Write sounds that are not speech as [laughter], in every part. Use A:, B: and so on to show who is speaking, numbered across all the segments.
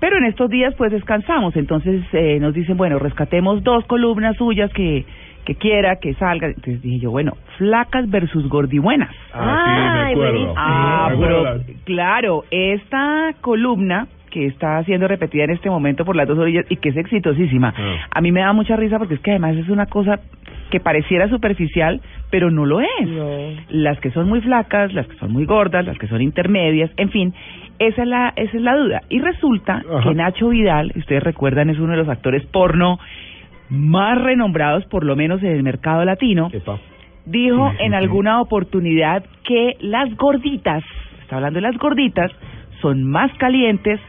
A: Pero en estos días pues descansamos, entonces eh, nos dicen, bueno, rescatemos dos columnas suyas que, que quiera, que salga. Entonces dije yo, bueno, flacas versus gordibuenas.
B: Ah,
C: Ay,
B: sí, me acuerdo.
C: buenísimo.
A: Ah,
C: ¿Te
A: pero
C: acuerdas?
A: claro, esta columna que está siendo repetida en este momento por las dos orillas y que es exitosísima,
C: Ah.
A: a mí me da mucha risa porque es que además es una cosa que pareciera superficial, pero no lo es. Las que son muy flacas, las que son muy gordas, las que son intermedias, en fin, esa es la, esa es la duda. Y resulta
C: Ajá.
A: que Nacho Vidal, ustedes recuerdan, es uno de los actores porno más renombrados, por lo menos en el mercado latino
C: Epa.
A: dijo
C: Sí, sí,
A: en
C: sí.
A: alguna oportunidad que las gorditas, está hablando de las gorditas, son más calientes,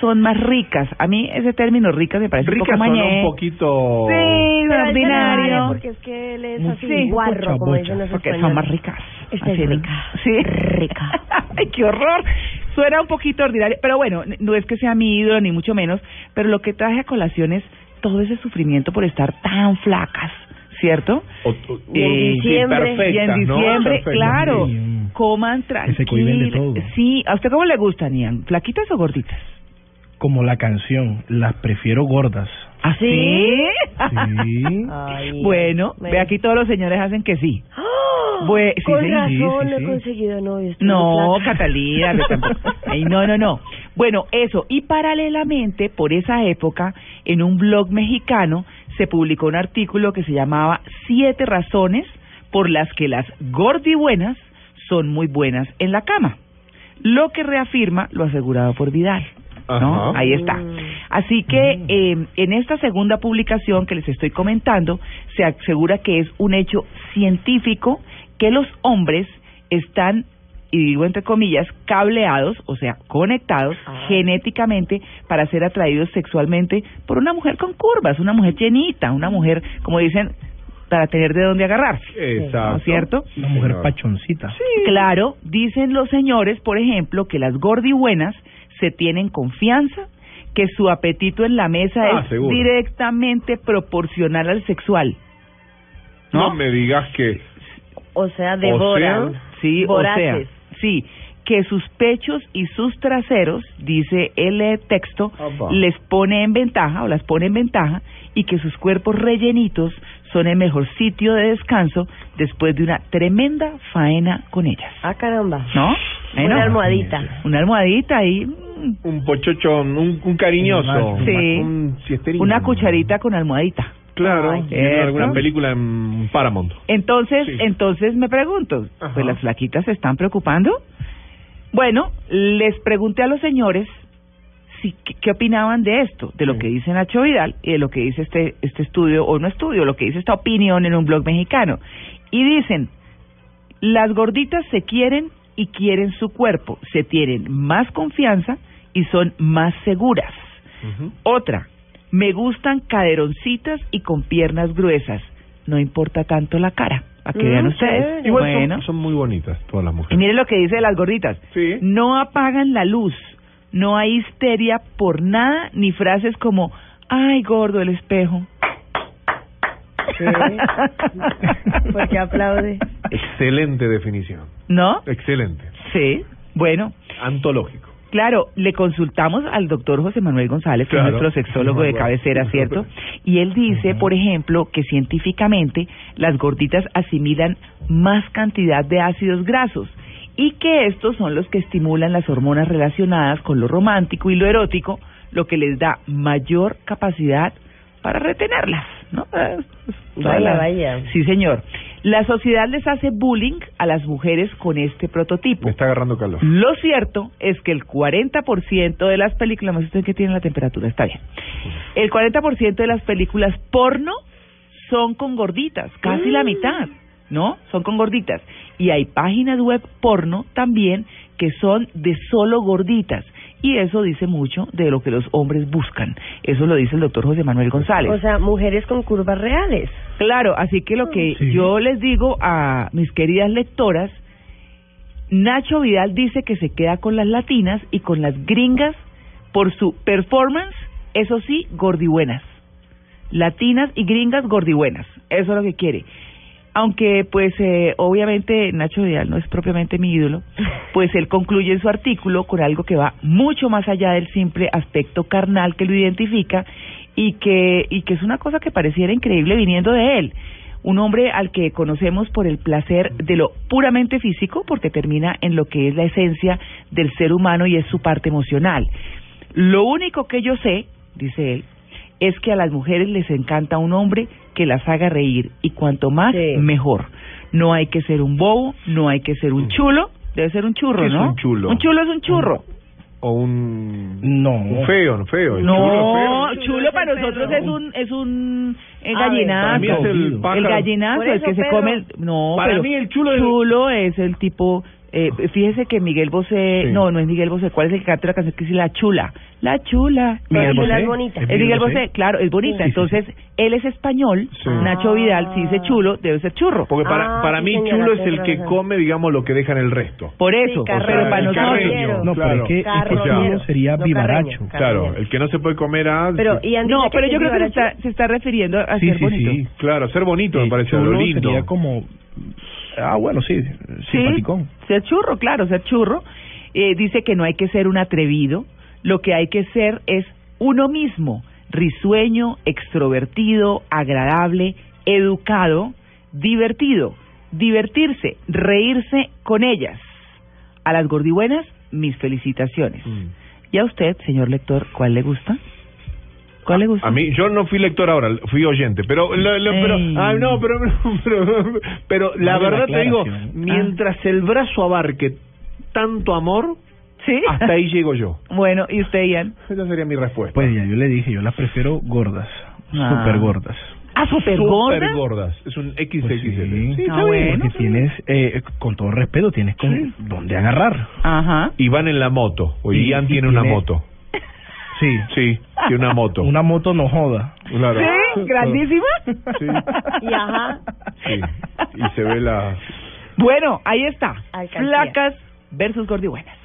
A: son más ricas. A mí ese término ricas me parece
C: Rica
A: un poco
C: suena
A: mañé.
C: un poquito...
A: Sí,
B: Pero él se la
A: ordinario.
B: vale Porque es que él es así,
A: Mm, Sí,
B: guarro,
C: bocha,
B: como
C: bocha.
B: dicen los
A: Porque son
B: españoles.
A: más ricas.
B: Está
A: Así es.
B: rica,
A: Sí.
B: rica.
A: [laughs] Ay, qué horror. Suena un poquito ordinario, pero bueno, n- no es que sea mi ídolo ni mucho menos, pero lo que traje a colación es todo ese sufrimiento por estar tan flacas, ¿cierto?
C: O- o-
A: Y en
C: sí,
B: diciembre.
A: Y
C: perfecta,
A: en
C: ¿no?
A: diciembre,
C: Perfecta.
A: claro,
C: Sí.
A: coman
D: Que se cohíben de todo.
A: tranquilos. Sí, ¿a usted cómo le gustan, Ian? ¿Flaquitas o gorditas?
D: Como la canción, las prefiero gordas.
A: ¿Así?
D: Sí.
B: ¿Ah, Ay,
A: bueno,
B: me-
A: ve aquí todos los señores hacen que sí.
B: ¡Ah!
A: Bue- sí,
B: Con
A: sí, sí,
B: razón
D: sí,
B: no he
D: sí.
B: conseguido novio. estoy
A: No,
B: muy flaca.
A: Catalina, que
B: [laughs]
A: tampoco. Ay, no, no, no. Bueno, eso. Y paralelamente, por esa época, en un blog mexicano se publicó un artículo que se llamaba Siete razones por las que las gordibuenas son muy buenas en la cama. Lo que reafirma lo asegurado por Vidal. ¿no?
C: Ajá.
A: Ahí está.
B: Mm.
A: Así que eh, en esta segunda publicación que les estoy comentando, se asegura que es un hecho científico que los hombres están, y digo entre comillas, cableados, o sea, conectados
B: Ah.
A: genéticamente para ser atraídos sexualmente por una mujer con curvas, una mujer llenita, una mujer, como dicen, para tener de dónde agarrarse.
C: Exacto.
A: ¿No es cierto?
D: Una mujer
C: Señor.
D: pachoncita.
A: Claro, dicen los señores, por ejemplo, que las gordibuenas se tienen confianza, que su apetito en la mesa
C: Ah,
A: es
C: seguro.
A: directamente proporcional al sexual.
C: No
A: ¿No?
C: me digas que...
B: O sea, devoran.
A: Sí,
B: voraces.
A: o sea, sí, que sus pechos y sus traseros, dice el eh, texto,
C: Apa.
A: les pone en ventaja o las pone en ventaja y que sus cuerpos rellenitos son el mejor sitio de descanso después de una tremenda faena con ellas.
B: Ah, caramba.
A: ¿No? Bueno.
B: Una almohadita.
A: Una almohadita ahí, mm,
C: Un pochochón, un, un cariñoso.
D: Sí.
C: Un siesterinho.
A: una cucharita con almohadita.
C: Claro.
B: Ay,
C: viendo
A: ¿cierto?
C: alguna película en Paramount.
A: Entonces,
C: Sí.
A: entonces me pregunto,
C: Ajá.
A: ¿pues las flaquitas se están preocupando? Bueno, les pregunté a los señores si qué, qué opinaban de esto, de lo
C: Sí.
A: que dice Nacho Vidal y de lo que dice este este estudio o no estudio, lo que dice esta opinión en un blog mexicano. Y dicen, las gorditas se quieren y quieren su cuerpo, se tienen más confianza y son más seguras.
C: Ujú.
A: Otra, me gustan caderoncitas y con piernas gruesas. No importa tanto la cara, a que
B: Mm,
A: vean ustedes.
B: chévere.
C: Igual son-
A: bueno,
C: son, muy bonitas todas las
A: y
C: mujeres.
A: mire lo que dice de las gorditas.
C: Sí.
A: No apagan la luz, no hay histeria por nada, ni frases como, ay, gordo el espejo. [laughs]
B: Porque aplaude.
C: Excelente definición.
A: ¿No?
C: Excelente.
A: Sí. Bueno,
C: Antológico.
A: Claro, le consultamos al doctor José Manuel González, que es
C: Claro.
A: nuestro sexólogo de
C: Muy bueno.
A: cabecera, ¿cierto? Y él dice, por ejemplo, que científicamente las gorditas asimilan más cantidad de ácidos grasos y que estos son los que estimulan las hormonas relacionadas con lo romántico y lo erótico, lo que les da mayor capacidad para retenerlas, ¿no? Eh, toda
B: Vaya, vaya.
A: Sí, señor. La sociedad les hace bullying a las mujeres con este prototipo.
C: Me está agarrando calor.
A: Lo cierto es que el 40% de las películas, más usted que tiene la temperatura, está bien. El 40% de las películas porno son con gorditas, casi la mitad, ¿no? Son con gorditas. Y hay páginas web porno también que son de solo gorditas. Y eso dice mucho de lo que los hombres buscan. Eso lo dice el doctor José Manuel González.
B: O sea, mujeres con curvas reales.
A: Claro, así que lo que
D: Sí.
A: yo les digo a mis queridas lectoras, Nacho Vidal dice que se queda con las latinas y con las gringas por su performance, eso sí, gordibuenas. Latinas y gringas gordibuenas, eso es lo que quiere. Aunque, pues, eh, obviamente Nacho Vidal no es propiamente mi ídolo, pues él concluye en su artículo con algo que va mucho más allá del simple aspecto carnal que lo identifica y que, y que es una cosa que pareciera increíble viniendo de él. Un hombre al que conocemos por el placer de lo puramente físico, porque termina en lo que es la esencia del ser humano y es su parte emocional. Lo único que yo sé, dice él, es que a las mujeres les encanta un hombre que las haga reír y cuanto más,
B: Sí.
A: mejor. No hay que ser un bobo, no hay que ser un chulo, debe ser un churro,
C: Mm. ¿Qué es
A: ¿no?
C: un chulo?
A: Un chulo es un churro.
C: O un...
D: No.
C: un feo, no feo. el chulo feo.
A: No,
B: feo.
A: chulo para
B: Chulo es el
A: nosotros
B: perro.
A: es un es un eh,
B: A ver,
C: Para mí es
A: gallinazo.
C: el pájaro.
A: El gallinazo,
B: Por
A: el
B: eso,
A: que se
B: Pedro.
A: come. el- No,
C: Para
A: pero
C: mí el chulo es-
A: es el tipo. eh, fíjese que Miguel Bosé.
C: Sí.
A: No, no es Miguel Bosé. ¿Cuál es el que canta la canción que dice La Chula? La Chula.
B: Miguel Bosé.
A: Es
B: es bonita.
A: Miguel, Bosé, claro, es bonita.
C: Sí, sí,
A: Entonces, él es español.
C: Sí.
A: Nacho Vidal, si dice chulo, debe ser churro.
C: Porque para,
B: Ah,
C: para
B: sí,
C: mí
B: señora,
C: chulo es
B: tiene
C: el que
B: razón.
C: come, digamos, lo que dejan el resto.
A: Por eso,
B: carrero,
A: pero para
C: el
A: nosotros.
B: carreño.
D: No, pero es que, es que
B: Carroñero.
D: chulo sería
B: No,
D: vivaracho.
B: carroñero.
C: Claro, el que no se puede comer ah, a...
B: Pero, y Andy,
A: No,
B: ¿la
A: pero yo creo que se
B: tiene
A: está, se está refiriendo a
D: Sí,
A: ser
D: sí,
A: bonito.
D: sí.
C: Claro, ser bonito me
D: Eh,
C: parece
D: chulo
C: lo lindo.
D: sería como... Ah, bueno, sí, simpaticón.
A: Ser churro, claro, ser churro. Eh, dice que no hay que ser un atrevido, lo que hay que ser es uno mismo, risueño, extrovertido, agradable, educado, divertido, divertirse, reírse con ellas. A las gordibuenas, mis felicitaciones.
C: Mm.
A: Y a usted, señor lector, ¿cuál le gusta? ¿Cuál le gusta?
C: A mí, yo no fui lector ahora, fui oyente, pero, lo- lo- pero,
A: Ey.
C: ay, no, pero, [laughs] pero, pero la
D: Vale la
C: verdad te digo,
D: aclaración. Ah.
C: mientras el brazo abarque tanto amor,
A: Sí.
C: hasta ahí llego yo.
A: [laughs] bueno, ¿y usted, Ian?
C: Esa sería mi respuesta.
D: Pues ya yo le dije, yo las prefiero gordas,
A: Ah.
D: super gordas.
A: Ah, super
C: Super gordas. Es un XXL.
D: Pues sí.
A: Ah, bueno.
D: Porque tienes, eh, con todo respeto, tienes con dónde agarrar.
A: Ajá.
C: Iván en la moto. O
D: Y-
C: Ian
D: y
C: tiene una
D: tiene-
C: moto.
D: Sí,
C: Sí, tiene una
D: [laughs]
C: moto.
D: una moto no joda.
C: Claro.
A: Sí, grandísima. [laughs]
C: Sí.
B: Y ajá.
C: Sí. Y se ve la...
A: Bueno, ahí está.
B: Alcancía.
A: Flacas versus gordibuenas.